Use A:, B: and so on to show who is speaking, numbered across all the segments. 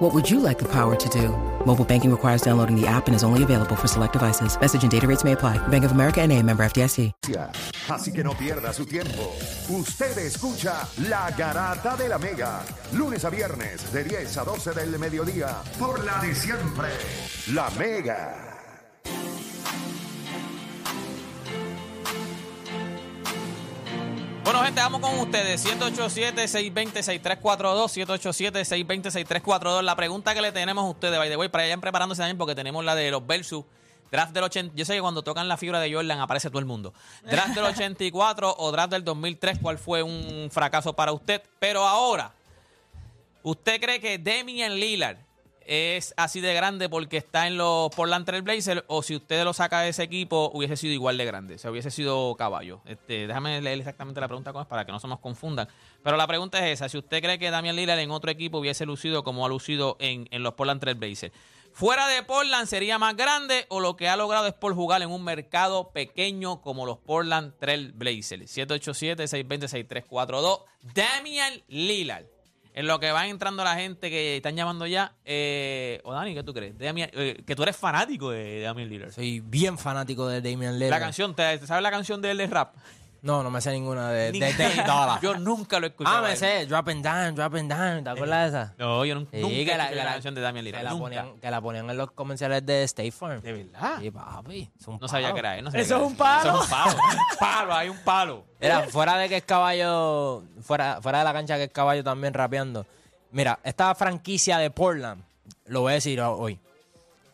A: What would you like the power to do? Mobile banking requires downloading the app and is only available for select devices. Message and data rates may apply. Bank of America and a member FDIC.
B: Así que no pierda su tiempo. Usted escucha La Garata de la Mega. Lunes a viernes de 10 a 12 del mediodía. Por la de siempre. La Mega.
C: Bueno, gente, vamos con ustedes. 787-620-6342. 787-620-6342. La pregunta que le tenemos a ustedes, by the way, para vayan preparándose también porque tenemos la de los versus. Draft del 80. Yo sé que cuando tocan la fibra de Jordan aparece todo el mundo. Draft del 84 o draft del 2003, ¿cuál fue un fracaso para usted? Pero ahora, ¿usted cree que Damian Lillard es así de grande porque está en los Portland Trail Blazers o si usted lo saca de ese equipo hubiese sido igual de grande, o sea, hubiese sido caballo. Este, déjame leer exactamente la pregunta cómo es, para que no se nos confundan. Pero la pregunta es esa, si usted cree que Damian Lillard en otro equipo hubiese lucido como ha lucido en, en los Portland Trail Blazers. Fuera de Portland sería más grande o lo que ha logrado es por jugar en un mercado pequeño como los Portland Trail Blazers. 787-620-6342. Damian Lillard. En lo que va entrando la gente que están llamando ya, eh, o Dani, ¿qué tú crees? Damian- eh, que tú eres fanático de Damian Lillard.
D: Soy bien fanático de Damian Lillard.
C: La canción, ¿te, te sabes la canción de él de rap?
D: No, no me sé ninguna de, de
C: Ni-
D: Dame Dollar.
C: Yo nunca lo he escuchado.
D: ah,
C: a
D: me
C: él.
D: sé, Drop and Down, Drop and Down. ¿Te acuerdas de esa?
C: No, yo nun- nunca,
D: Sí,
C: he
D: que
C: escuchado
D: la- que
C: la,
D: la-
C: canción de Damian Lillard.
D: Que la,
C: nunca.
D: ponían, que la ponían en los comerciales de State Farm.
C: ¿De verdad?
D: Sí, papi. es un
C: No sabía
D: palo.
C: que era él. no sabía
D: Eso
C: que
D: es un
C: era él.
D: palo.
C: Eso es un palo. palo, hay un palo.
D: Era fuera de que es caballo, fuera, fuera de la cancha que es caballo también rapeando. Mira, esta franquicia de Portland, lo voy a decir hoy.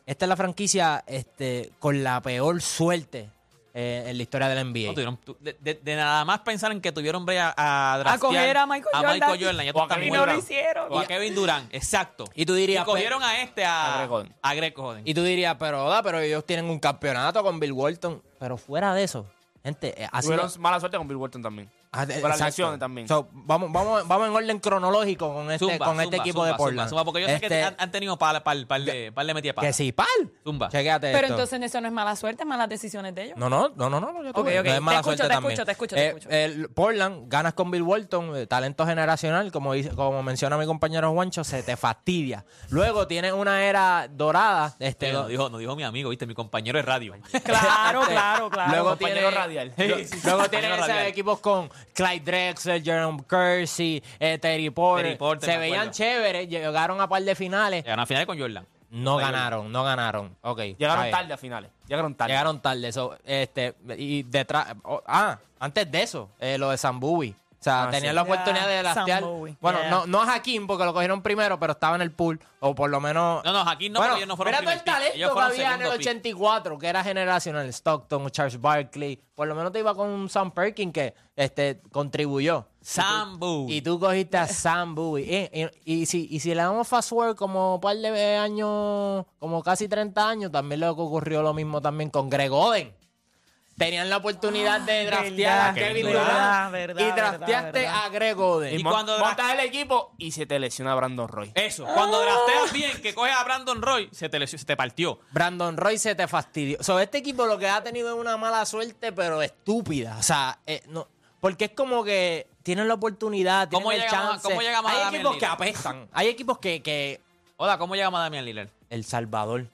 D: Esta es la franquicia este, con la peor suerte eh, en la historia del NBA.
C: No tuvieron- tu- de, de- de nada más pensar en que tuvieron break a, a draftear
E: coger a Michael Jordan.
C: ya tú
E: O a
C: estás muy bravo.
E: Kevin Durant. Y no lo hicieron.
C: O a Kevin Durant, exacto.
D: Y tú dirías, pe-
C: cogieron a este, a,
D: a Greg Oden.
C: a Greg Oden.
D: Y tú dirías, pero Oda, pero ellos tienen un campeonato con Bill Walton. Pero fuera de eso, gente, eh, ha sido-
F: Tuvieron mala suerte con Bill Walton también.
C: Ah,
D: ha- eh,
F: con las
D: exacto.
F: lesiones también.
D: So, vamos, vamos, vamos en orden cronológico con este,
C: Zumba,
D: con
C: zumba,
D: este equipo
C: zumba,
D: de
C: zumba,
D: Portland.
C: zumba, porque yo sé que
D: Este,
C: han, han tenido par, par, par de, par de metidas
D: que
C: pal.
D: sí, pal.
C: Zumba.
D: Chequéate
E: Pero
D: esto.
E: entonces eso no es mala suerte, es malas decisiones de ellos.
D: No, no, no, no, no, no, yo te
E: Ok,
D: voy.
E: ok,
D: No es
E: te
D: mala
E: escucho,
D: suerte
E: te
D: también.
E: escucho, te escucho, te
D: Eh,
E: escucho.
D: el Portland, ganas con Bill Walton, eh, talento generacional, como, dice, como menciona mi compañero Juancho, se te fastidia. Luego tienes una era dorada. Este,
C: Este, no,
D: do-
C: dijo, no dijo mi amigo, viste, mi compañero de radio.
E: Claro,
D: Este,
E: claro, claro.
D: Luego
F: compañero
D: tiene,
F: radial.
D: lo-
F: Sí, sí, sí,
D: luego
C: compañero
D: tiene esos
C: radial.
D: equipos con Clyde Drexler, Jerome Kersey, eh, Terry Porter.
C: Terry Porter,
D: se
C: me
D: veían
C: acuerdo.
D: chéveres, llegaron a par de finales.
C: Llegaron a la final con Jordan.
D: No ganaron, no ganaron. Ok. está
F: Llegaron
D: bien.
F: tarde a finales. Llegaron tarde.
D: Llegaron tarde. eso, este, y detrás. oh, ah, antes de eso, eh, lo de Sambubi. O sea,
F: Ah,
D: tenían
F: sí.
D: la oportunidad de
E: Yeah,
D: lastear.
E: Sambubi.
D: Bueno,
E: Yeah.
D: no, no a Jaquín porque lo cogieron primero, pero estaba en el pool. O por lo menos.
C: No, no, Jaquín no,
D: Bueno,
C: porque ellos no fueron
D: mira todo
C: primer
D: el
C: pick, ellos
D: talento que
C: fueron
D: había en el
C: segundo pick.
D: 84, que era generacional. Stockton, Charles Barkley. Por lo menos te iba con un Sam Perkins que este, contribuyó.
C: Sambu.
D: Y tú cogiste a Sam Bowie. Eh, Y, y si, y si le damos fast forward como un par de años, como casi 30 años, también lo que ocurrió lo mismo también con Greg Oden. Tenían la oportunidad de draftear a
E: Ah, verdad,
D: Kevin
C: verdad,
D: Durant
E: verdad,
D: y
E: verdad,
D: drafteaste
E: verdad.
D: a Greg Oden.
C: Y Eh.
F: Y
C: mon-
F: cuando
C: montas
F: montas el equipo y se te lesiona Brandon Roy.
C: Eso, cuando drafteas bien, que coges a Brandon Roy, se te, lesio- se te partió.
D: Brandon Roy se te fastidió. So, este equipo lo que ha tenido es una mala suerte, pero estúpida. O sea, eh, no, porque es como que tienen la oportunidad, tienen
C: ¿Cómo
D: el
C: llegamos a-
D: chance.
C: cómo llegamos a
D: Hay
C: Damian
D: equipos que
C: Lillard?
D: apestan. Hay equipos que, que
C: Hola, ¿cómo llegamos a Damian Lillard?
D: El Salvador.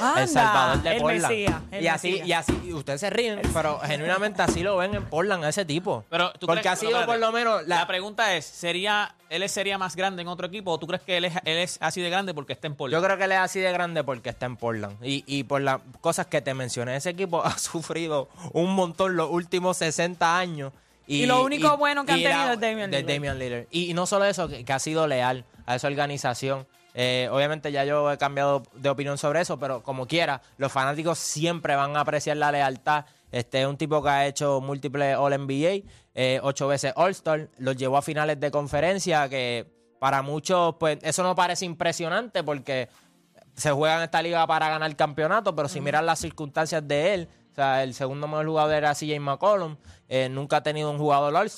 E: Anda,
D: el Salvador de
E: el
D: Portland.
E: Mesías, el
D: y así,
E: Mesías.
D: y así, y ustedes se ríen, pero genuinamente así lo ven en Portland a ese tipo.
C: Pero, ¿tú
D: Porque
C: crees-
D: ha sido
C: espérate.
D: por lo menos
C: La,
D: la,
C: pregunta es, ¿sería, ¿él sería más grande en otro equipo o tú crees que él es, él es así de grande porque está en
D: yo
C: Portland?
D: creo que él es así de grande porque está en Portland. Y, y por las cosas que te mencioné, ese equipo ha sufrido un montón los últimos 60 años. Y,
E: Y lo único bueno que han
D: y la-
E: tenido es Damian
D: de
E: Lillard.
D: Damian Lillard. Y, y no solo eso, que, que ha sido leal a esa organización. Eh, obviamente ya yo he cambiado de opinión sobre eso, pero como quiera, los fanáticos siempre van a apreciar la lealtad. Este es un tipo que ha hecho múltiples All-NBA, eh, ocho veces All-Star, los llevó a finales de conferencia, que para muchos, pues eso no parece impresionante porque se juega en esta liga para ganar el campeonato, pero si miras las circunstancias de él, O sea, el segundo mejor jugador era CJ McCollum. Eh, nunca ha tenido un jugador all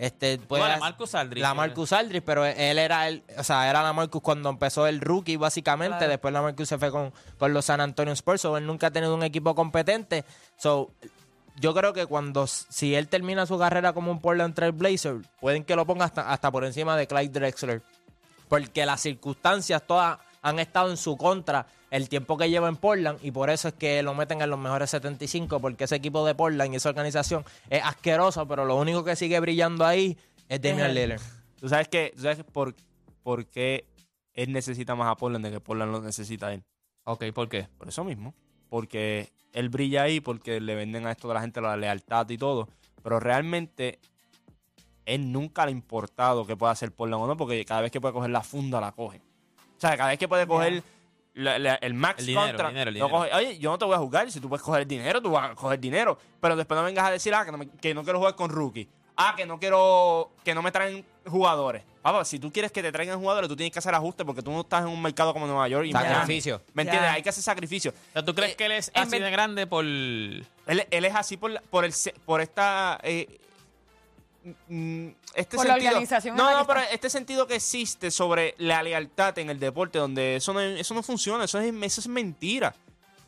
D: Este, puede
C: la
D: hacer-
C: Marcus Aldridge.
D: La Marcus Aldridge, pero él era el, o sea, era la Marcus cuando empezó el rookie, básicamente.
E: Claro.
D: Después la Marcus se fue con, con los San Antonio Spurs. So, él nunca ha tenido un equipo competente. So, yo creo que cuando, si él termina su carrera como un Portland Trail Blazer, pueden que lo ponga hasta, hasta por encima de Clyde Drexler. Porque las circunstancias todas han estado en su contra el tiempo que lleva en Portland y por eso es que lo meten en los mejores 75, porque ese equipo de Portland y esa organización es asqueroso, pero lo único que sigue brillando ahí es Damian
E: él.
D: Lillard.
F: ¿Tú sabes, que, tú sabes por, por qué él necesita más a Portland de que Portland lo necesita a él?
C: Ok, ¿por qué?
F: Por eso mismo. Porque él brilla ahí, porque le venden a esto de la gente la lealtad y todo. Pero realmente, él nunca le ha importado que pueda hacer Portland o no, porque cada vez que puede coger la funda, la coge. O sea, cada vez que puede coger la- la- el max
C: El dinero, el
F: contra,
C: dinero, el
F: lo
C: dinero.
F: coge. Oye, yo no te voy a jugar. Si tú puedes coger dinero, tú vas a coger dinero. Pero después no vengas a decir, ah, que no, me- que no quiero jugar con rookie. Ah, que no quiero. Que no me traen jugadores. Papá, si tú quieres que te traigan jugadores, tú tienes que hacer ajustes porque tú no estás en un mercado como Nueva York. y Miami.
D: Sacrificio.
F: ¿Me entiendes?
E: Ya.
F: Hay que hacer sacrificio.
C: O sea, ¿tú crees que él es
E: en
C: así
E: vez-
C: de grande por... Él
F: Él, él es así por, la- por, el, se- por esta. eh, mm, este
E: Por la
F: sentido,
E: organización en
F: No,
E: la
F: no,
E: que
F: pero
E: está.
F: este sentido que existe sobre la lealtad en el deporte, donde eso no, eso no funciona, eso es, eso es mentira.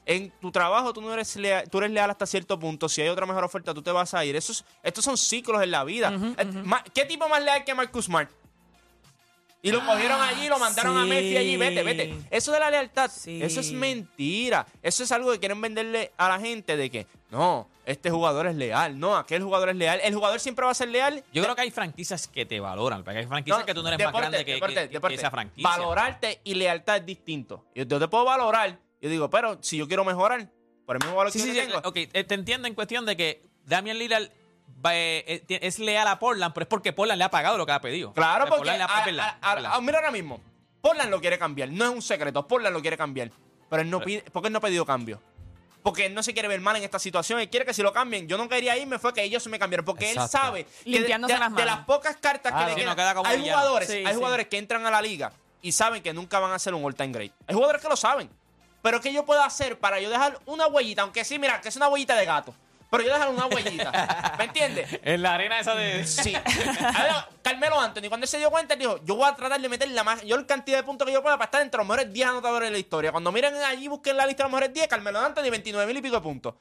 F: En tu trabajo tú no eres leal, tú eres leal hasta cierto punto. Si hay otra mejor oferta, tú te vas a ir. Eso es- estos son ciclos en la vida. Eh, Ma- ¿Qué tipo más leal que Marcus Smart? Y lo cogieron allí, lo mandaron a
E: sí.
F: Messi allí, vete, vete. Eso de la lealtad,
E: Sí.
F: eso es mentira. Eso es algo que quieren venderle a la gente de que, no, este jugador es leal, no, aquel jugador es leal. El jugador siempre va, a ser leal.
C: Yo creo que hay franquicias que te valoran, porque hay franquicias
F: No,
C: que tú no eres
F: deporte,
C: más grande que,
F: deporte,
C: que- que
F: deporte.
C: esa franquicia.
F: Valorarte y lealtad es distinto. Yo, yo te puedo valorar, yo digo, pero si yo quiero mejorar, por el mismo valor
C: Sí,
F: que
C: sí,
F: yo
C: sí.
F: tengo.
C: Ok, eh, te entiendo en cuestión de que Damian Lillard va, eh, eh, ti- es leal a Portland, pero es porque Portland le ha pagado lo que ha pedido.
F: Claro,
C: Eh,
F: porque
C: Portland le ha-
F: a-
C: Portland,
F: a- a-
C: Portland.
F: a- mira ahora mismo. Portland lo quiere cambiar. No es un secreto. Portland lo quiere cambiar. Pero él no pide, porque él no ha pedido cambio. Porque él no se quiere ver mal en esta situación. Él quiere que si lo cambien. Yo no quería irme, fue que ellos me cambiaron. Porque él
D: Exacto.
F: sabe que de,
E: Limpiándose
F: de-
E: las
F: de
E: manos.
F: las pocas cartas
D: Claro.
F: que
D: Sí,
F: le
C: no
F: quedan,
C: queda como
F: hay
C: villano.
F: jugadores,
E: Sí,
F: hay
E: sí.
F: jugadores que entran a la liga y saben que nunca van a ser un all-time great. Hay jugadores que lo saben. Pero ¿qué yo puedo hacer para yo dejar una huellita? Aunque sí, mira, que es una huellita de gato. Pero yo dejar una huellita. ¿Me entiendes?
C: En la arena esa de...
F: Sí. A ver, Carmelo Anthony, cuando él se dio cuenta, él dijo, yo voy a tratar de meter la mayor cantidad de puntos que yo pueda para estar entre los mejores 10 anotadores de la historia. Cuando miren allí, busquen la lista de los mejores 10, Carmelo Anthony, 29 mil y pico de puntos.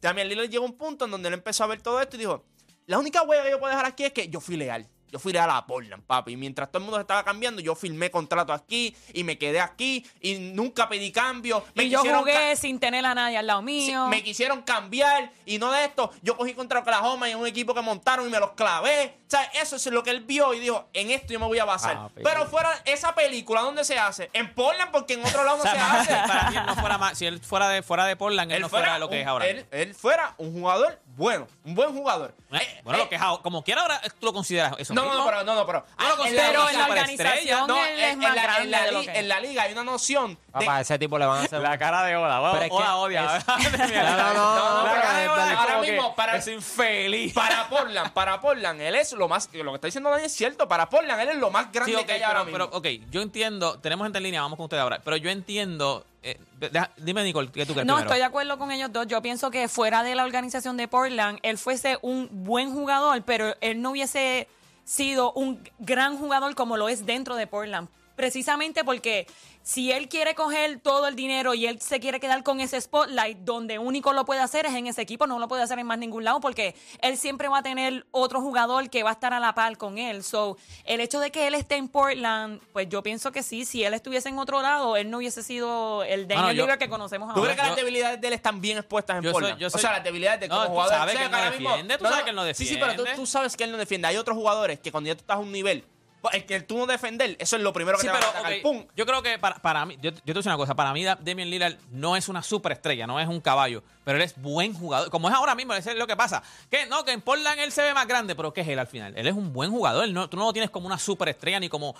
F: También Lillard llegó a un punto en donde él empezó a ver todo esto y dijo, la única huella que yo puedo dejar aquí es que yo fui leal. Yo fui leal a Portland, papi. Y mientras todo el mundo se estaba cambiando, yo firmé contrato aquí y me quedé aquí y nunca pedí cambio. Me
E: Y yo
F: quisieron ca-
E: jugué sin tener a nadie al lado
F: Sí,
E: mío.
F: me quisieron cambiar y no de esto. Yo cogí contra Oklahoma en un equipo que montaron y me los clavé. O sea, eso es lo que él vio y dijo, en esto yo me voy a basar.
D: Papi.
F: Pero fuera esa película, ¿dónde se hace? En Portland, porque en otro lado no
C: O
F: se
C: sea, para- para
F: hace.
C: mí él no fuera más- si él fuera de, fuera de Portland, él, no fuera, lo que
F: un-
C: es ahora.
F: Él, él fuera un jugador bueno, un buen jugador. Eh,
C: Eh, bueno,
F: eh,
C: lo que es ahora. Como quiera ahora, eh, tú lo consideras eso.
F: No,
C: mismo.
F: no, pero, no, no, pero.
C: lo
F: en
C: considero
E: Pero
C: una
E: en la
C: superestrella,
E: organización
F: no,
E: él
F: en-
E: es
F: en
E: más
F: la- en
E: grande
F: la
E: de lo
F: li-
E: que es.
F: en la liga hay una noción de
D: Papá, a ese tipo le van a hacer...
G: La cara de Ola, va.
D: Pero es que-
C: Hola, odia.
D: es- No, no, no,
F: No, no,
D: pero-
F: pero- ahora
G: como que
F: mismo, para-
G: Es infeliz.
F: Para Portland, para Portland, él es lo más. Lo que está diciendo Dani es cierto. Para Portland, él es lo más grande
C: Sí, ok,
F: que hay
C: pero,
F: ahora mismo.
C: pero, ok, yo entiendo, tenemos gente en línea, vamos con ustedes ahora, pero yo entiendo, eh, deja- dime Nicole, ¿qué tú crees
E: No,
C: primero?
E: estoy de acuerdo con ellos dos. Yo pienso que fuera de la organización de Portland, él fuese un buen jugador, pero él no hubiese sido un gran jugador como lo es dentro de Portland. Precisamente porque si él quiere coger todo el dinero y él se quiere quedar con ese spotlight, donde único lo puede hacer es en ese equipo, no lo puede hacer en más ningún lado, porque él siempre va a tener otro jugador que va a estar a la par con él. So, el hecho de que él esté en Portland, pues yo pienso que sí, si él estuviese en otro lado, él no hubiese sido el Daniel
C: yo-
E: Lillard que conocemos
F: ¿Tú
E: ahora.
F: crees que
C: Yo-
F: las debilidades de él están bien expuestas en
C: Yo soy-
F: Portland?
C: yo soy-
F: o sea, las debilidades de
C: No,
F: como
C: tú
F: jugador.
C: sabes
F: o sea,
C: que él no
F: ahora mismo-
C: defiende, tú sabes que él no
F: Sí, sí, pero tú,
C: defiende.
F: tú sabes que él no defiende. Hay otros jugadores que cuando ya tú estás a un nivel, pues, el que tú no defender, eso es lo primero
C: Sí,
F: que te
C: pero
F: van a atacar.
C: ok,
F: ¡Pum!
C: yo creo que para, para mí, yo, yo te voy a decir una cosa, para mí Da- Damian Lillard no es una superestrella, no es un caballo, pero él es buen jugador, como es ahora mismo, eso es lo que pasa, que no, que en Portland él se ve más grande, pero ¿qué es él al final? Él es un buen jugador, él no, tú no lo tienes como una superestrella ni como...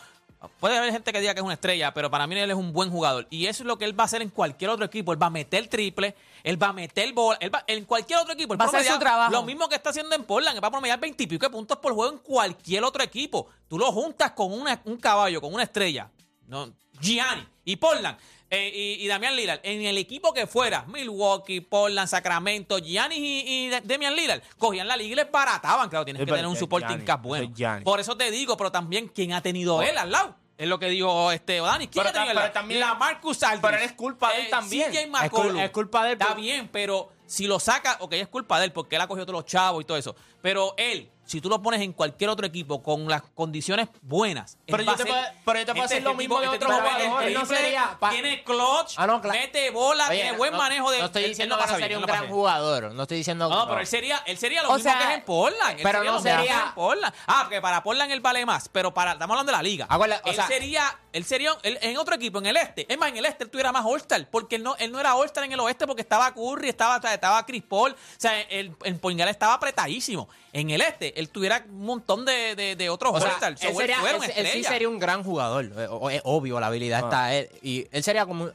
C: Puede haber gente que diga que es una estrella, pero para mí él es un buen jugador. Y eso es lo que él va a hacer en cualquier otro equipo. Él va a meter triple, él va a meter bola, él va, en cualquier otro equipo. él
E: Va a hacer
C: promedia
E: su trabajo.
C: Lo mismo mismo que está haciendo en Portland, que va a promediar 20 y pico de puntos por juego en cualquier otro equipo. Tú lo juntas con una- un caballo, con una estrella. No, Gianni y Portland. Eh, y, y Damián Lillard, en el equipo que fuera, Milwaukee, Portland, Sacramento, Giannis y, y de- Damian Lillard, cogían la liga y les barataban. Claro, tienes
F: Sí,
C: que
F: pero
C: tener un
F: es
C: supporting
F: Giannis,
C: cast
F: eso
C: bueno.
F: es Giannis.
C: Por eso te digo, pero también, ¿quién ha tenido él al lado? Es lo que dijo este Dani. ¿Quién
F: Pero
C: ha tenido
F: ta-
C: al lado?
F: pero también-
C: la Marcus Aldridge.
F: pero es culpa de él también.
C: CJ
D: cul-
F: Es
C: Eh, McCollum.
D: Ah, es culpa de él,
C: Está
D: pero-
C: bien, pero si lo saca, ok, es culpa de él porque él ha cogido todos los chavos y todo eso. Pero él, si tú lo pones en cualquier otro equipo con las condiciones buenas, él
F: Pero
C: va
F: yo te
C: a ser-
F: puedo- pero yo te puedo hacer lo mismo de
C: este tipo-
F: otros
C: tipo
F: jugadores.
C: tiene
F: Él no
C: triple,
D: sería pa-
C: tiene clutch,
D: Ah, no, cla-
C: mete bola,
D: Oye,
C: tiene buen
D: no-
C: manejo de.
D: No estoy
C: él- él
D: diciendo
C: no
D: que
C: pasa
D: no
C: bien,
D: sería
C: él
D: un
C: no pasa
D: gran
C: bien.
D: jugador. No estoy diciendo.
C: No, pero él sería, él sería lo
E: O
C: mismo
E: sea,
C: que es en Portland. Él sería
D: pero no
C: lo mismo que
D: sería-
C: es en Portland. Ah, que para Portland él vale más, pero para estamos hablando de la liga.
D: Acuérdate, Ah, o
C: él
D: sea-
C: sería, él sería él- en otro equipo, en el este. Es más, en el este él tuviera más All-Star, porque él no, él no era All-Star en el oeste porque estaba Curry, estaba, estaba Chris Paul. O sea, el, el Poingal estaba apretadísimo. En el este, él tuviera un montón de, de, de otros
D: O sea,
C: All-Star. So,
D: él, sería-
C: fuera
D: él-
C: una
D: él sí
C: estrella. Ah.
D: sería un gran jugador. Eh, o- Es obvio, la habilidad está él. Y él sería como. un-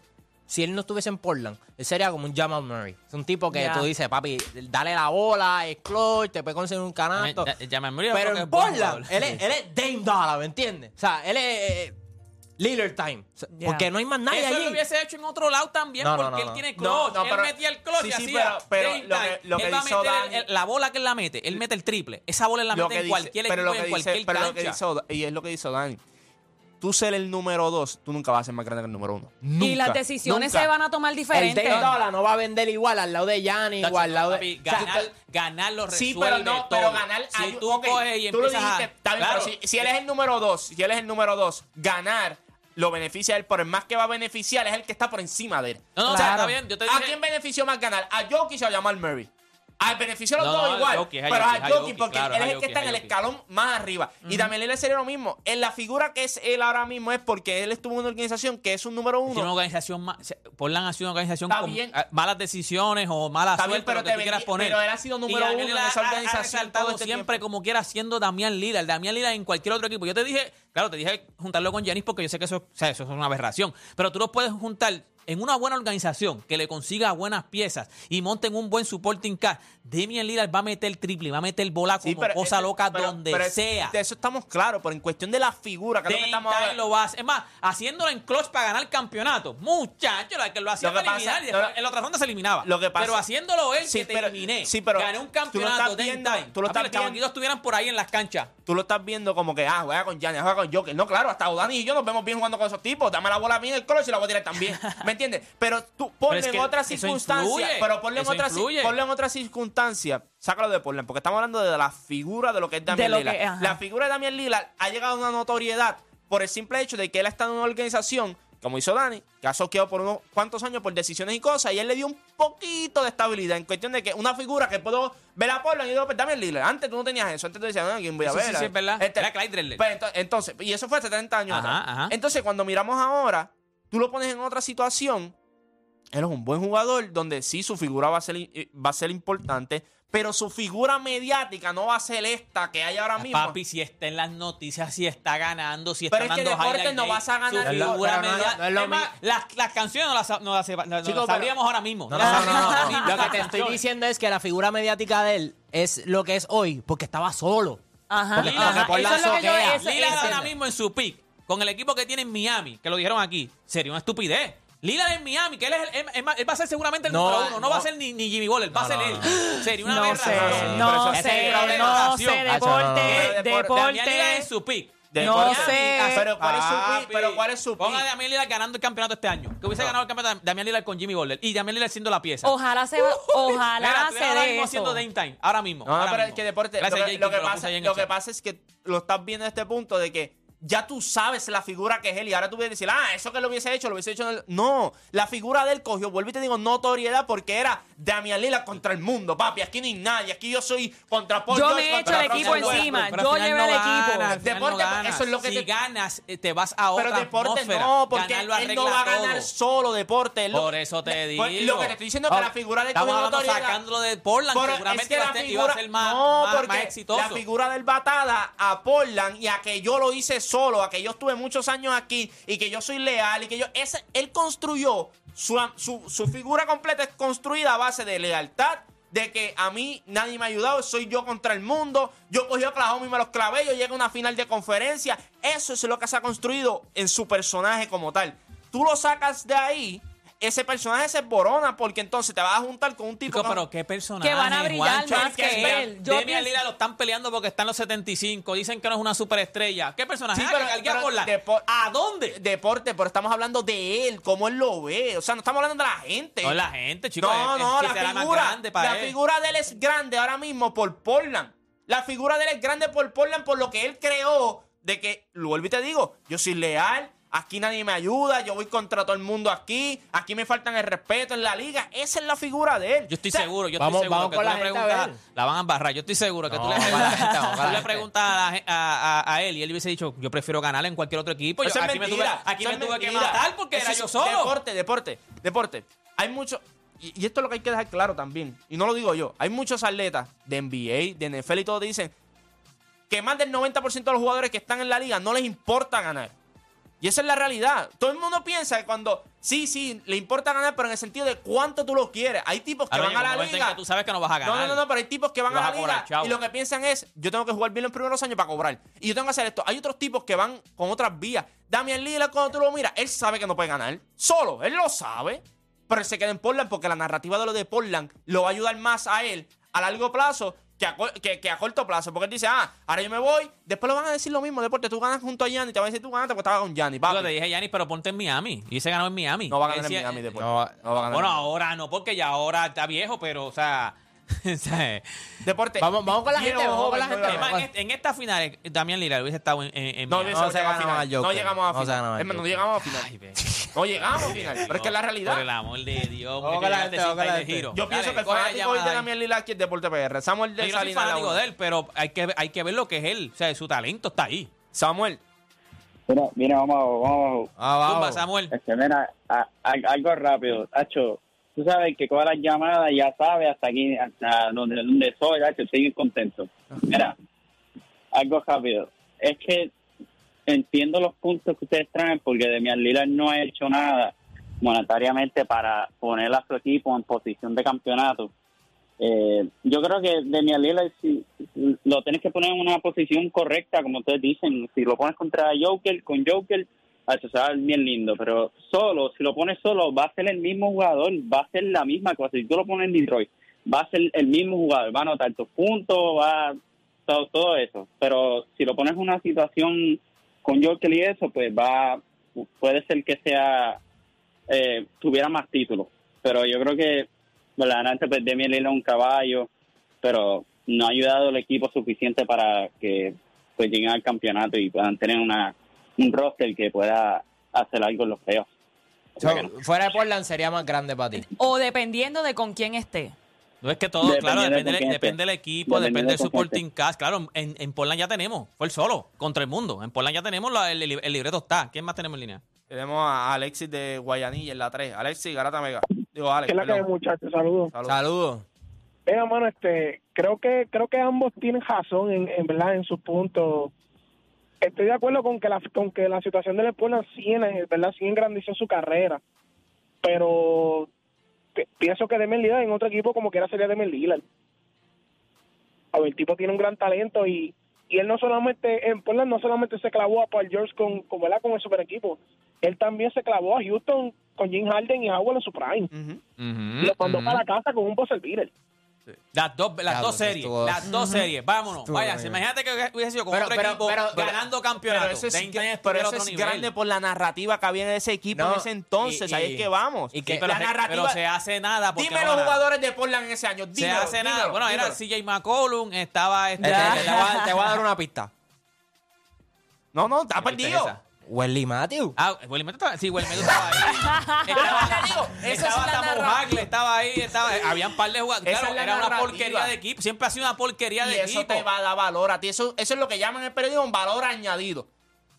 D: Si él no estuviese en Portland, él sería como un Jamal Murray. Es un tipo que
E: Ya.
D: tú dices, papi, dale la bola, es clutch, te puede conseguir un canasto.
C: Ya- ya me morí, yo creo
D: Pero
C: que es
D: en
C: buen
D: Portland,
C: jugador.
D: él es, él es Dame Dollar, ¿me entiendes? O sea, él es eh, Lillard Time. O sea,
E: Ya.
D: Porque no hay más nadie
C: Eso
D: allí.
C: lo hubiese hecho en otro lado también,
D: No, no,
C: porque
D: no,
C: él
D: no.
C: tiene clutch.
F: No, no,
C: él
F: pero-
C: metía el clutch
F: sí,
C: y
F: sí,
C: hacía
F: pero- pero
C: game
F: lo
C: time.
F: que- lo que
C: Él va a
F: hizo
C: meter el-
F: Dani-
C: el- la bola que él la mete, él mete el triple. Esa bola él la
F: Lo
C: mete
F: que
C: en
F: dice-
C: cualquier
F: pero lo
C: equipo,
F: que
C: en
F: dice-
C: cualquier
F: pero lo que
C: cancha.
F: hizo- y es lo que hizo Dani. Tú ser el número dos, tú nunca vas a ser más grande que el número uno.
E: y las decisiones se van a tomar
D: El
E: diferentes.
D: Dame Dollar no va a vender igual al lado de Giannis o al lado de.
C: Papi,
D: O sea,
C: ganar, ganar lo resuelve
F: Sí, pero no,
C: todo.
F: pero ganar.
C: Si
F: ay,
C: tú
F: ok,
C: coges y
F: tú lo
C: empiezas a-
F: dijiste, está bien,
C: Claro.
F: pero si, si él es el número dos, si él es el número dos, ganar lo beneficia a él, pero el más que va a beneficiar es el que está por encima de él.
C: No, no,
F: O
C: o
F: sea,
C: sea, está bien. Yo te
F: ¿A
C: dije-
F: quién benefició más ganar? ¿A Jokic o a Jamal Murray? A benefició a
C: No,
F: los dos
C: no, a
F: igual,
C: Jokic, a
F: pero
C: Jokic,
F: a
C: a
F: Jokic
C: Jokic,
F: porque
C: claro,
F: él
C: a
F: es el que
C: Jokic,
F: está
C: a
F: en el
C: Jokic.
F: escalón más arriba. Y también le sería lo mismo. En la figura que es él ahora mismo es porque él estuvo en una organización que es un número
C: Tiene una
F: uno.
C: organización más. se- Portland ha sido una organización
F: Está
C: con
F: bien.
C: ah, malas decisiones o malas
F: Está bien,
C: suerte,
F: pero
C: lo que
F: te
C: tú quieras
F: vendí-
C: poner.
F: pero él ha sido número
C: Y Daniel
F: uno en
C: ha-
F: esa
C: ha-
F: organización
C: Ha resaltado
F: todo este
C: siempre
F: tiempo.
C: como quiera siendo Damián Lillard. Damián Lillard en cualquier otro equipo. Yo te dije, claro, te dije juntarlo con Giannis porque yo sé que eso, o sea, eso es una aberración. Pero tú lo puedes juntar en una buena organización que le consiga buenas piezas y monten un buen supporting cast. Damian Lillard va a meter triple, va a meter bola como
F: Sí, pero-
C: cosa loca
F: pero-
C: donde
F: pero es-
C: sea.
F: De eso estamos claros, pero en cuestión de la figura, que es lo que
C: Dame
F: estamos
C: time
F: hablando.
C: lo vas. Es más, haciéndolo en clutch para ganar el campeonato. Muchacho, la que lo hacía
F: Lo que
C: para
F: pasa-
C: eliminar y después
F: lo-
C: en la otra ronda se eliminaba.
F: lo que pasa-
C: pero haciéndolo él,
F: Sí,
C: que te
F: pero-
C: eliminé.
F: sí, pero
C: gané un
F: tú lo
C: campeonato
F: estás
C: de
F: viendo,
C: time.
F: tú
C: Papi,
F: lo estás
C: los
F: viendo.
C: chamaquitos estuvieran por ahí en las canchas.
F: tú lo estás viendo como que, ah, juega con Giannis, juega con Joker. No, claro, hasta Dani y yo nos vemos bien jugando con esos tipos. Dame la bola a mí en el cross y la voy a tirar también. ¿Me entiendes? Pero tú ponle
C: es que
F: en otra
C: eso
F: circunstancia.
C: influye,
F: pero ponle en,
C: eso
F: otra, ci-
C: influye.
F: ponle en otra circunstancia. Sácalo de Portland, porque estamos hablando de la figura de lo que es Damian
E: lo
F: Lillard.
E: que- ajá.
F: la figura de Damian Lillard ha llegado a una notoriedad por el simple hecho de que él está en una organización, como hizo Dani, que ha soqueado por unos cuantos años por decisiones y cosas, y él le dio un poquito de estabilidad en cuestión de que una figura que puedo ver a Portland y digo, pues Damian Lillard, antes tú no tenías eso, antes tú decías, no, ¿quién voy a
C: Eso
F: ver?
C: sí, sí, es verdad.
F: Este-
C: Era Clyde Drexler.
F: Pues, ento- entonces, y eso fue hace 30 años
C: Ajá,
F: atrás.
C: ajá.
F: Entonces, cuando miramos ahora, tú lo pones en otra situación, él es un buen jugador donde sí su figura va a ser, eh, va a ser importante, pero su figura mediática no va a ser esta que hay ahora mismo.
C: Ah, Papi, si está en las noticias, si está ganando, si está
F: Pero es que
C: dando
F: deporte
C: highlight
F: no
C: reel,
F: vas a ganar.
C: su
D: No es lo-
C: figura
D: pero no es-
C: media-
D: no es lo
C: Es más,
D: mismo.
C: las, las canciones no las, no las, no las
F: Chicos,
C: sabríamos
F: pero-
C: ahora mismo.
D: No,
C: Las
D: no, no,
C: sabríamos
D: no,
C: ahora
D: no.
C: mismo,
D: Lo que
C: las
D: te estoy
C: canciones.
D: diciendo es que la figura mediática de él es lo que es hoy, porque estaba solo.
E: Ajá.
D: Porque
C: Lillard,
D: estaba por
E: eso
D: la
E: es lo que yo-
D: azotea.
E: eso-
C: Lillard
E: entiendo.
C: ahora mismo en su pick, con el equipo que tiene en Miami, que lo dijeron aquí, sería una estupidez. Lillard en Miami, que él, es el- él- él va- él va a ser seguramente el
D: No,
C: número uno, no, va a
D: no.
C: ser ni, ni Jimmy Butler, va a ser él. Sería una
E: No sé,
C: aberración.
E: no
F: Pero eso
E: sé,
F: es una
E: no
C: aberración.
E: sé,
D: Ah, eso no, no, no.
E: deporte,
F: Pero deporte,
C: Damián Lillard en
E: deporte.
C: su pick.
E: No
F: Deporte-
E: sé.
F: Pero ¿cuál es su
C: Papi,
F: pick? Pero ¿cuál es su
C: Ponga a
F: pick?
C: Damián Lillard ganando el campeonato este año. Que hubiese ganado el campeonato Damián Lillard con Jimmy Butler. Y Damián Lillard siendo la pieza.
E: Ojalá se,
C: Mira,
E: ojalá
C: estoy
E: se
C: ahora mismo
E: dé
C: haciendo
E: eso.
C: Dame Time. Ahora mismo.
F: No,
C: ahora
F: pero es
C: mismo.
F: que deporte.
C: Gracias,
F: lo que,
C: Jake,
F: lo que
C: lo puse
F: pasa,
C: ahí en
F: lo
C: el
F: que
C: chat.
F: pasa es que lo estás viendo en este punto de que ya tú sabes la figura que es él y ahora tú vienes a decir, ah, eso que lo hubiese hecho, lo hubiese hecho. en el-". No, la figura de él cogió, vuelvo y te digo, notoriedad porque era Damian Lillard contra el mundo, papi. Aquí no hay nadie, aquí yo soy contra Paul
E: Yo
F: George,
E: me he
F: contra
E: hecho el
F: Russell
E: equipo
F: Westbrook.
E: encima.
C: Pero al
E: Yo
C: final
E: llevé al
C: ganas,
E: equipo.
C: al final
F: Deporte,
C: ganas.
F: eso es lo que
C: si
F: te-
C: ganas, eh, te vas a otra
F: Pero deporte
C: atmósfera.
F: no, porque
C: Ganar lo
F: él no
C: arregla
F: va a ganar
C: todo.
F: solo deporte. él lo-
C: Por eso te
F: Pues,
C: digo.
F: Lo que te estoy diciendo es que
C: Ahora,
F: la figura de él
C: Estamos
F: cogió
C: hablando
F: notoriedad.
C: sacándolo de Portland.
F: Pero
C: seguramente
F: es que
C: iba,
F: la
C: a ser, iba
F: figura,
C: a ser más,
F: no,
C: más-
F: porque
C: más exitoso.
F: La figura del batada a Portland y a que yo lo hice solo, a que yo estuve muchos años aquí y que yo soy leal y que yo. Ese, él construyó su, su, su figura completa es construida a base de lealtad. De que a mí nadie me ha ayudado, soy yo contra el mundo. Yo cogí a Oklahoma y me los clavé. Yo llegué a una final de conferencia. Eso es lo que se ha construido en su personaje como tal. tú lo sacas de ahí, ese personaje se borona porque entonces te vas a juntar con un tipo
C: Chico,
F: que-
C: pero qué personaje.
E: Que van a brillar más que
C: mira,
E: él. Yo
C: Demian
E: pienso-
C: Lillard lo están peleando porque están los 75. Dicen que no es una superestrella. ¿Qué personaje?
F: Sí,
C: Ah,
F: pero-
C: que carguea
F: pero
C: por la-
F: depo-
C: ¿A dónde?
F: deporte, pero estamos hablando de él, cómo él lo ve. O sea, no estamos hablando de la gente.
C: No, la gente, chicos.
F: No, no, la figura. La
C: él.
F: figura de él es grande ahora mismo por Portland. La figura de él es grande por Portland por lo que él creó de que, lo vuelvo y te digo, yo soy leal, aquí nadie me ayuda, yo voy contra todo el mundo aquí, aquí me faltan el respeto en la liga. Esa es la figura de él.
C: Yo estoy
F: O sea,
C: seguro, yo estoy
D: vamos-
C: seguro
D: vamos
C: que
D: con
C: tú
D: la
C: le
D: gente a
C: preguntas,
D: ver.
C: la van a embarrar. Yo estoy seguro que tú
D: No,
C: le
D: vamos con la gente, vamos con
C: tú
D: la
C: le
D: gente.
C: preguntas a, la gen- a- a- a él y él hubiese dicho, yo prefiero ganar en cualquier otro equipo. Yo-
F: Eso es
C: aquí me tuve,
F: mentira,
C: aquí
F: eso
C: me
F: es
C: tuve que
F: mentira.
C: matar porque
F: Eso
C: era
F: es
C: yo solo.
F: Deporte, deporte, deporte. Hay mucho. Y, y esto es lo que hay que dejar claro también. Y no lo digo yo. Hay muchos atletas de NBA, de NFL y todo te dicen que más del 90% de los jugadores que están en la liga no les importa ganar. Y esa es la realidad. Todo el mundo piensa que cuando. Sí, sí, le importa ganar, pero en el sentido de cuánto tú lo quieres. Hay tipos que
C: Ahora
F: van
C: llega un
F: a la
C: momento en
F: liga.
C: que tú sabes que no vas a ganar.
F: No, no, no, pero hay tipos que van
C: Y vas
F: a
C: a
F: la
C: cobrar,
F: liga
C: chavo.
F: y lo que piensan es, yo tengo que jugar bien los primeros años para cobrar. Y yo tengo que hacer esto. Hay otros tipos que van con otras vías. Damian Lillard, cuando tú lo miras, él sabe que no puede ganar. Solo, él lo sabe. Pero él se queda en Portland porque la narrativa de lo de Portland lo va a ayudar más a él a largo plazo que a, co- que- que a corto plazo. Porque él dice, ah, ahora yo me voy. Después lo van a decir lo mismo. Deporte, tú ganas junto a Yanni. Te van a decir, tú ganaste porque estaba con Yanni.
C: Yo
F: papi".
C: te dije, Yanis, pero ponte en Miami. Y se ganó en Miami.
F: No va a ganar en
C: Ese-
F: Miami, Deporte.
D: no,
F: No va a ganar en
C: Bueno,
F: Miami.
C: ahora no, porque ya ahora está viejo, pero, o sea. o sea,
F: Deporte.
D: Vamos, vamos con la
F: Viejo
D: gente, vamos con la
F: joven,
D: gente.
F: no
C: es
F: iba a
C: más,
F: ganar.
C: en, esta- en esta final, eh, Damián Lillard hubiese estado en, en- en
F: No,
C: Miami.
F: hubiese
D: No se
F: llegado a
D: ganaba
F: final.
D: el Joker.
F: No llegamos
D: No
F: a
D: se
F: final.
D: ganaba el
F: Es más, no
D: Joker.
F: llegamos a final. No llegamos a final. Pero es que es la realidad.
C: Por el amor de Dios,
D: Vamos
C: porque
D: con la
C: llegaste
D: gente,
C: sin
D: vamos con la
C: caer de
D: gente.
C: giro.
F: Yo
C: Dale,
F: pienso que el
C: coge la
F: fanático hoy de
C: llamada ahí.
F: Damián Lila aquí es Deporte PR. Samuel de
C: Yo no soy
F: Salinas.
C: fanático
F: Laguna.
C: de él, pero hay que, hay que ver lo que es él. O sea, su talento está ahí.
F: Samuel.
G: Mira, mira, vamos abajo, vamos abajo.
D: Ah, vamos.
C: Zumba, Samuel.
G: Es que mira, a- a- algo rápido, Tacho. Tú sabes el que con las llamadas ya sabe hasta aquí, hasta donde, donde soy, Tacho, estoy bien contento. Mira, algo rápido. Es que entiendo los puntos que ustedes traen porque Demian Lillard no ha hecho nada monetariamente para poner a su equipo en posición de campeonato. Eh, yo creo que Demian Lillard si, lo tienes que poner en una posición correcta, como ustedes dicen. Si lo pones contra Joker, con Joker, ah, eso se va a ver bien lindo. Pero solo, si lo pones solo, va a ser el mismo jugador, va a ser la misma cosa. Si tú lo pones en Detroit, va a ser el mismo jugador, va a anotar tus puntos, va a- todo, todo eso. Pero si lo pones en una situación con Joker y eso, pues va puede ser que sea eh, tuviera más títulos. Pero yo creo que verdaderamente pues Damian Lillard es un caballo, pero no ha ayudado al equipo suficiente para que pues lleguen al campeonato y puedan tener una un roster que pueda hacer algo en los playoffs.
D: So, fuera de Portland sería más grande para ti.
E: O dependiendo de con quién esté.
C: No es que todo,
G: Dependiendo
C: claro,
G: de
C: depende,
G: con quién
C: depende
G: esté.
C: del equipo, depende
G: Dependiendo
C: del
G: con quién esté.
C: supporting cast. Claro, en, en Portland ya tenemos. Fue el solo contra el mundo. En Portland ya tenemos, la- el, el libreto está. ¿Quién más tenemos en línea?
F: Tenemos a Alexis de Guayanilla en la 3. Alexis, Garata Mega. Digo, Alex.
H: ¿Qué es la que hay,
F: perdón.
H: muchachos? Saludos.
F: Saludos.
D: Saludos.
H: Mira, mano, este, creo que creo que ambos tienen razón en, en verdad en sus puntos. Estoy de acuerdo con que la con que la situación del Portland sí en verdad sí engrandeció su carrera, pero pi- pienso que Demian Lillard en otro equipo como quiera sería Demian Lillard. A ver, el tipo tiene un gran talento y, y él no solamente en Portland no solamente se clavó a Paul George con con, ¿verdad? con el super equipo, él también se clavó a Houston con Jim Harden y Howard en su prime.
F: Ujú.
H: Lo mandó para casa con un buzzer beater.
C: Las dos, las
D: Diablo,
C: dos
D: eso
C: series.
D: estuvo-
C: Las dos series. Vámonos.
D: Estuvo
C: Váyanse.
D: bien.
C: Imagínate que hubiese sido con
D: Pero-
C: otro
D: pero-
C: equipo
D: pero- pero-
C: ganando campeonato.
F: Pero eso es,
C: 30 años
F: pero
C: estuviera
F: eso
C: otro
F: es
C: nivel.
F: grande por la narrativa que había en ese equipo
D: No,
F: en ese entonces.
D: y- y-
F: Ahí es que vamos.
D: y
C: Sí,
D: que-
C: pero,
F: la
C: se,
F: narrativa.
C: pero se hace nada. Porque
F: dime
C: no
F: los
C: gana.
F: jugadores de Portland en ese año.
C: Se
F: Dímelo,
C: hace nada.
F: dímelo,
C: Bueno, era
F: dímelo.
C: CJ McCollum, estaba este.
D: Este, te, voy a, te voy a dar una pista.
F: No, no, está
C: Me
F: perdido.
C: interesa.
D: Wesley Matthews.
C: Ah, Willy Meto estaba. Sí, Willy Meto estaba ahí. estaba
F: Esa es
C: estaba
F: la
C: Tamu
F: narrativa.
C: Hagle, estaba ahí, estaba. Habían un par de jugadores.
F: Esa
C: Claro,
F: es la
C: era una
F: narrativa.
C: porquería de equipo. Siempre ha sido una porquería
F: Y
C: de
F: eso
C: equipo.
F: te va a dar valor a ti. Eso, eso es lo que llaman en el periodismo un valor añadido.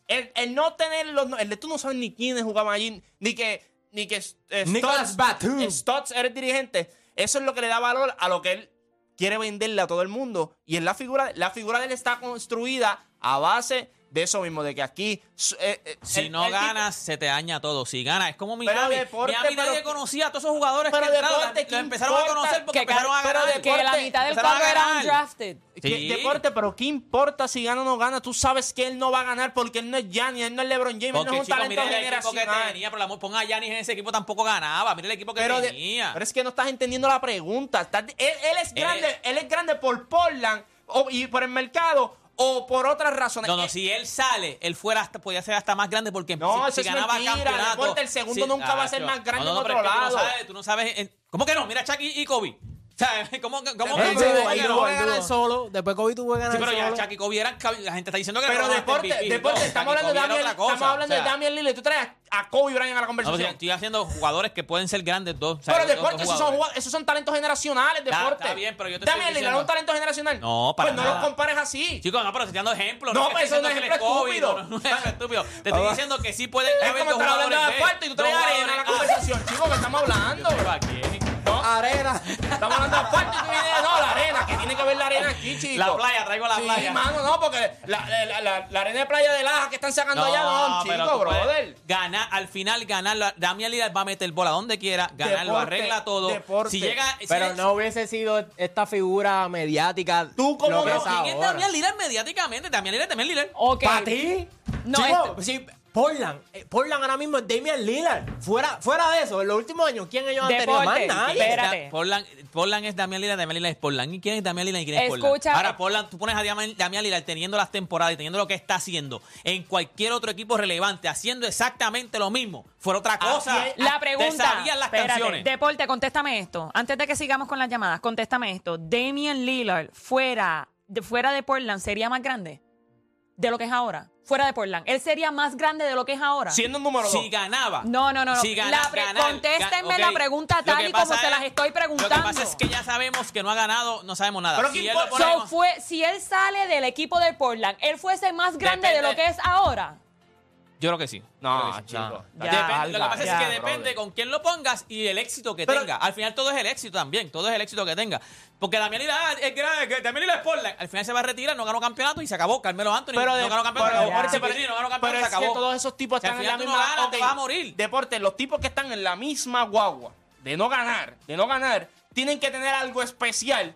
F: El, el no tener los. El de tú no sabes ni quiénes jugaban allí, ni que. Ni que. eh,
D: Nicolas
F: Stotts-
D: Batum.
F: eh, Stotts era el dirigente. Eso es lo que le da valor a lo que él quiere venderle a todo el mundo. Y en la figura. La figura de él está construida a base de eso mismo, de que aquí. su- eh, eh,
C: Si
F: el-
C: no
F: el tipo-
C: ganas, se te daña todo. Si ganas, es como Miami.
F: Pero deporte,
C: Miami nadie
F: pero-
C: conocía a todos esos jugadores
F: pero
C: que entraron.
F: deporte,
C: Lo
F: ¿qué
C: empezaron a
F: importa?
C: conocer porque
E: que,
C: empezaron a
F: pero
C: ganar.
E: que la mitad del
C: Empezaron a
E: cuadro era
C: ganar.
E: undrafted.
F: ¿Qué-
C: Sí.
F: Deporte, pero ¿qué importa si gana o no gana? Tú sabes que él no va a ganar porque él no es Gianni, él no es LeBron James, él
C: Porque
F: no es un
C: chicos,
F: talento
C: mira el equipo que
F: generacional.
C: tenía, por la ponga a Giannis en ese equipo tampoco ganaba. Mira el equipo que
F: Pero, de-
C: tenía. Eh.
F: pero es que no estás entendiendo la pregunta. Estás- él, él es
C: Él
F: grande,
C: es-
F: él es grande por Portland o- y por el mercado o por otras razones.
C: No, no,
F: Eh,
C: si él sale, él fuera hasta, podía ser hasta más grande porque
F: No,
C: si,
F: eso
C: si
F: es
C: ganaba
F: mentira,
C: campeonato.
F: deporte, el segundo nunca va a ser más grande en
C: pero
F: otro
C: es que
F: lado.
C: Tú no sabes, tú no sabes en- ¿Cómo que no? Mira Chucky y Kobe. ¿Sabes? ¿Cómo, que- cómo
F: Él
C: que
F: Él
C: no?
F: tuvo,
C: ¿Cómo
F: él
C: que no?
F: tuvo, él tuvo.
D: solo. Después Kobe tuvo que ganar
C: Sí, pero ya
D: solo.
C: Chucky y Kobe eran, cab- la gente está diciendo que
F: Pero
C: eran
F: deporte,
C: MVP,
F: deporte,
C: no,
F: estamos
C: Chucky y
F: hablando, de
C: Kobe era
F: Damian,
C: otra cosa,
F: estamos hablando
C: o sea,
F: de Damian Lillard. Tú traes a Kobe Bryant
C: no, o
F: a la
C: sea,
F: conversación.
C: estoy haciendo jugadores que pueden ser grandes dos. o sea,
F: pero
C: dos- dos
F: deporte, esos son,
C: jugadores.
F: jugad- esos son talentos generacionales,
C: Está-
F: deporte.
C: está bien, pero yo te
F: Damian
C: estoy
F: Lillard
C: diciendo-
F: es un talento generacional.
C: No, para
F: Pues no
C: nada.
F: lo compares así.
C: Chicos, no, pero te estoy dando ejemplos.
F: No,
C: te
F: pero
C: estoy
F: eso no
C: diciendo
F: es
C: que él es
F: ejemplo
C: Kobe, no, no, no, es estúpido. Te estoy diciendo que sí pueden
F: Es
C: haber
F: como
C: dos
F: estar hablando de
C: jugadores
F: asfalto y tú
C: B, dos
F: traes arena a la
C: jugadores A.
F: conversación, chicos, que estamos hablando.
C: Aquí.
D: Arena.
F: Estamos hablando de asfalto y tú vienes, no, la arena, que tiene que ver la arena aquí, chicos.
C: La playa, traigo la
F: sí,
C: playa.
F: mano, no, porque la, la- la- la arena de playa de Laja que están sacando allá, no,
C: pero
F: chico,
C: tú puedes
F: brother.
C: Ganar, al final ganarlo. Damian Lillard va a meter bola donde quiera, ganarlo,
F: Deporte,
C: arregla todo.
F: deporte.
C: Si llega. si
D: Pero
C: es-
D: no hubiese sido esta figura mediática.
F: Tú como
D: lo que
F: no,
D: es
F: ¿quién
C: ¿Quién es
D: ahora.
C: Damian Lillard mediáticamente? Damian Lillard, Damian Lillard.
F: Oh,
E: Ok.
D: ¿Para ti?
E: No,
D: Chico,
E: este-
D: sí, Portland. eh, Portland ahora mismo es Damian Lillard. Fuera, fuera de eso, en los últimos años, ¿quién ellos han tenido? Más
E: Deporte,
D: nadie.
E: espérate.
C: Portland, Portland es Damian Lillard, Damian Lillard es Portland. ¿Y quién es Damian Lillard y quién es Portland?
E: Escucha-
F: eh.
C: Ahora, Portland, tú pones a Damian, Damian Lillard teniendo las temporadas y teniendo lo que está haciendo en cualquier otro equipo relevante, haciendo exactamente lo mismo. Fuera otra cosa.
F: Así Ah, es.
C: Te
E: Ah, La pregunta.
C: sabías ah, las
E: espérate,
C: canciones.
E: Deporte, contéstame esto. Antes de que sigamos con las llamadas, contéstame esto. Damian Lillard fuera de, fuera de Portland sería más grande de lo que es ahora. Fuera de Portland. Él sería más grande de lo que es ahora.
F: Siendo un número
C: Si
F: dos.
C: ganaba.
E: No, no, no, no.
C: Si
E: La pre-
C: ganar,
E: contéstenme
C: ga- ok.
E: la pregunta
C: Lo que
E: tal y como
C: pasa
E: se las estoy
C: Lo que
E: preguntando.
C: pasa es que ya sabemos que no ha ganado, no sabemos nada.
F: Pero
C: si
F: ¿qué
C: él lo
F: importa?
C: pone-
E: So, fue, si él sale del equipo de Portland, él fuese más grande
C: Depende.
E: de lo que es ahora.
C: Yo creo que sí. Yo creo
F: No,
C: que sí.
F: chico.
E: Ya.
C: Depende- lo que pasa
E: ya,
C: es que depende con quién lo pongas y el éxito que
F: Pero-
C: tenga. Al final todo es el éxito también, todo es el éxito que tenga. Porque Damián Lillard es grande, que Damián Lillard es Portland. Al final se va a retirar, no ganó campeonato y se acabó. Carmelo Anthony
F: Pero, de-
C: no ganó campeonato,
F: pero,
C: se acabó.
F: pero-
C: Chiquitini no ganó campeonato,
F: pero
C: se
F: es que
C: acabó.
F: todos esos tipos
C: Si al
F: están en la
C: final tú
F: misma
C: no ganas, te
F: ok.
C: vas a morir.
F: Deporte, los tipos que están en la misma guagua de no ganar, de no ganar, tienen que tener algo especial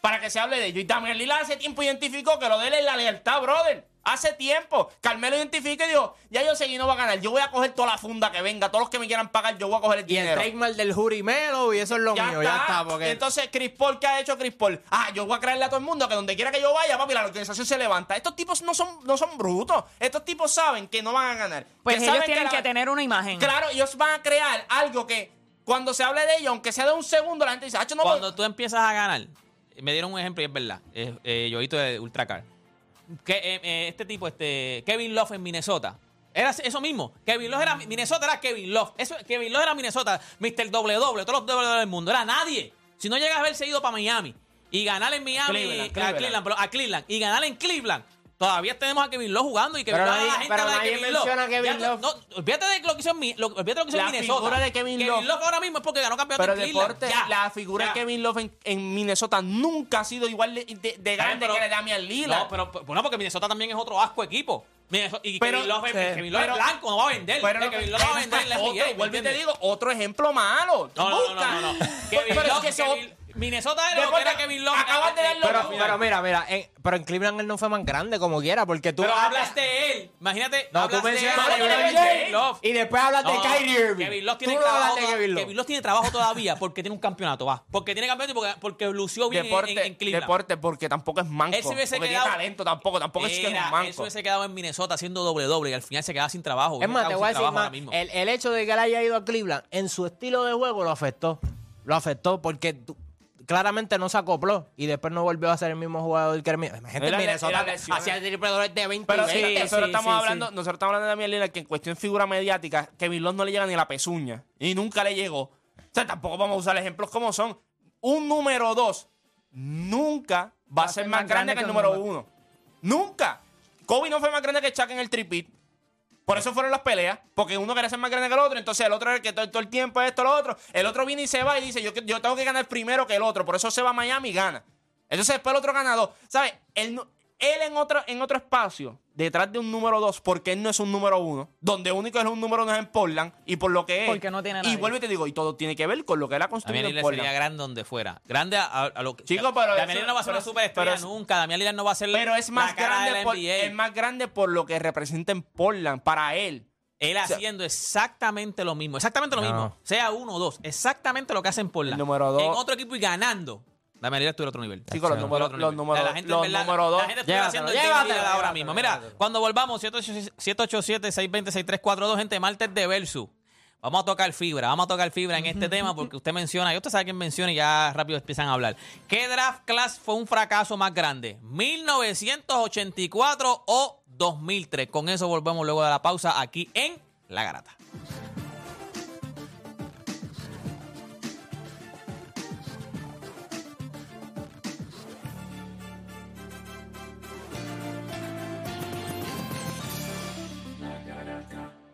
F: para que se hable de ellos. Y Damián Lillard hace tiempo identificó que lo de él es la lealtad, brother. Hace tiempo. Carmelo identifica y dijo, ya yo seguí no va a ganar. Yo voy a coger toda la funda que venga. Todos los que me quieran pagar, yo voy a coger el
D: Y el
F: dinero.
D: trademark del Jury Melo, y eso es lo
F: Ya
D: mío,
F: está.
D: ya está. Porque
F: Entonces, Chris Paul, ¿qué ha hecho Chris Paul? Ah, yo voy a creerle a todo el mundo que donde quiera que yo vaya, papi, la organización se levanta. Estos tipos no son, no son brutos. Estos tipos saben que no van a ganar.
E: Pues
F: Que
E: ellos
F: saben
E: tienen
F: la-
E: que, tener una imagen.
F: Claro, ellos van a crear algo que cuando se hable de ellos, aunque sea de un segundo, la gente dice, ah, yo no voy".
C: Cuando tú empiezas a ganar, me dieron un ejemplo y es verdad. Eh, eh, Yoito de Ultracar. Que, eh, eh, este tipo, este Kevin Love en Minnesota. Era eso mismo. Kevin Love era Minnesota, era Kevin Love. Eso, Kevin Love era Minnesota, Mr. Doble Doble, todos los doble doble del mundo. Era nadie. Si no llegas a haberse ido para Miami y ganar en Miami,
F: Cleveland,
C: a
F: Cleveland.
C: Cleveland, pero- a Cleveland, y ganar en Cleveland. Todavía tenemos a Kevin Love jugando y que
D: Pero
C: la
D: nadie-
C: gente
D: pero
C: habla de
D: nadie
C: Kevin Love.
D: menciona a Kevin
C: Ya tú-
D: Love.
C: no, olvídate de lo que hizo en Mi- lo- olvídate de lo que hizo en
F: La
C: Minnesota.
F: figura de Kevin Love.
C: ahora mismo es porque ganó campeonato
F: Pero
C: en Cleveland.
F: deporte,
C: Ya,
F: la figura
C: ya.
F: de Kevin Love en, en Minnesota nunca ha sido igual de, de- de
C: Está bien,
F: grande
C: pero-
F: que la de Damian Lillard.
C: No, pero, pero- bueno, porque Minnesota también es otro asco equipo. Minnesota- y
F: Pero-
C: Kevin Love, es-
F: sí.
C: Kevin Love es
F: Pero-
C: blanco, no va a vender.
F: Pero
C: Eh,
F: lo que-
C: Kevin Love no va a
F: pero
C: vender en la
F: otro,
C: NBA. ¿me
F: vuelvo y te
C: entiendes?
F: digo, otro ejemplo malo.
C: No, no, no,
F: Busca.
C: no, no, no.
F: Pero
C: Kevin
F: es
C: Love,
F: que eso-
C: Kevin- Minnesota era lo que
F: Deporte,
C: era Kevin Love.
F: acabas de darlo
D: Pero,
F: Pero-
D: pero mira, mira, en- pero en Cleveland él no fue más grande como quiera, porque tú
C: Pero hablas de él. Imagínate,
D: No, tú
C: hablas de él.
D: mencionas a
C: hablas de
D: LeBron
C: Kevin
D: James
C: Love.
D: y después hablas de
C: No,
D: Kyrie Irving.
C: Kevin Love
D: Tú
C: tiene
D: no
C: trabajo.
D: hablas de Kevin Love.
C: tiene trabajo todavía porque tiene un campeonato, va. Porque tiene campeonato y porque, porque lució bien en-
F: deporte,
C: en, en Cleveland.
F: deporte, porque tampoco es manco.
C: Él se hubiese
F: porque
C: quedado-
F: tiene talento tampoco, tampoco es que es
C: Era,
F: un
C: él se
F: manco.
C: hubiese quedado en Minnesota haciendo doble doble y al final se quedaba sin trabajo.
D: Es más,
C: Hubiese
D: te voy
C: quedado
D: a
C: sin
D: decir
C: trabajo ahora
D: más.
C: mismo.
D: El, el hecho de que él haya ido a Cleveland en su estilo de juego lo afectó. Lo afectó porque tú- claramente no se acopló y después no volvió a ser el mismo jugador que era mi- Gente,
F: Era
D: en
F: le-
D: Minnesota
F: era lesiones.
D: hacía triples de 20
F: Pero
D: y
F: sí,
D: 20.
F: nosotros,
D: Sí,
F: estamos
D: sí,
F: hablando,
D: sí.
F: nosotros estamos hablando de Damian Lillard que en cuestión de figura mediática, Kevin Love no le llega ni la pezuña. Y nunca le llegó. O sea, tampoco vamos a usar ejemplos como son. Un número dos nunca va, a ser más grande que el número uno. Nunca. Kobe no fue más grande que Chuck en el tripit. Por eso fueron las peleas, porque uno quería ser más grande que el otro, entonces el otro era el que todo, todo el tiempo esto, lo otro. El otro viene y se va y dice, yo, yo tengo que ganar primero que el otro, por eso se va a Miami y gana. Entonces después el otro ganador, ¿sabes? Él no-
D: Él en otro, en otro espacio, detrás de un número 2, porque él no es un número 1, donde único es un número 2 en Portland, y por lo que es.
E: Porque no tiene
D: Y
E: nadie.
D: vuelvo y te digo, y todo tiene que ver con lo que él ha
C: Damián
D: construido en
C: Lillard
D: Portland.
C: sería grande donde fuera. Grande a, a- a lo que.
D: Chico, pero
C: Damián
D: eso-
C: Lillard no va a ser
D: pero
C: una
D: es-
C: superestrella
D: pero es-
C: nunca. Damián Lillard no va a ser.
D: Pero es más,
C: la cara de
D: grande
C: la
D: por,
C: NBA.
D: es más grande por lo que representa en Portland, para él.
C: Él
D: sea-
C: haciendo exactamente lo mismo. Exactamente lo
I: No.
C: mismo. Sea uno o dos. Exactamente lo que hacen por la.
D: El número dos.
C: En otro equipo y ganando. Damián Lillard estuviera a otro nivel.
D: Chicos, los
I: Tacho.
D: números,
C: Otro
D: los
C: nivel.
D: números,
C: La gente, en
D: los
C: verdad,
D: número dos.
C: La gente estuviera haciendo el
I: Llévatelo,
C: Damián
I: llévatelo,
C: Lillard ahora
I: llévatelo,
C: mismo. Mira,
I: llévatelo.
C: cuando volvamos, 787-620-6342, gente, martes de Versus. Vamos a tocar fibra, vamos a tocar fibra en este tema porque usted menciona, y usted sabe quién menciona y ya rápido empiezan a hablar. ¿Qué draft class fue un fracaso más grande? ¿1984 o 2003? Con eso volvemos luego de la pausa aquí en La Garata.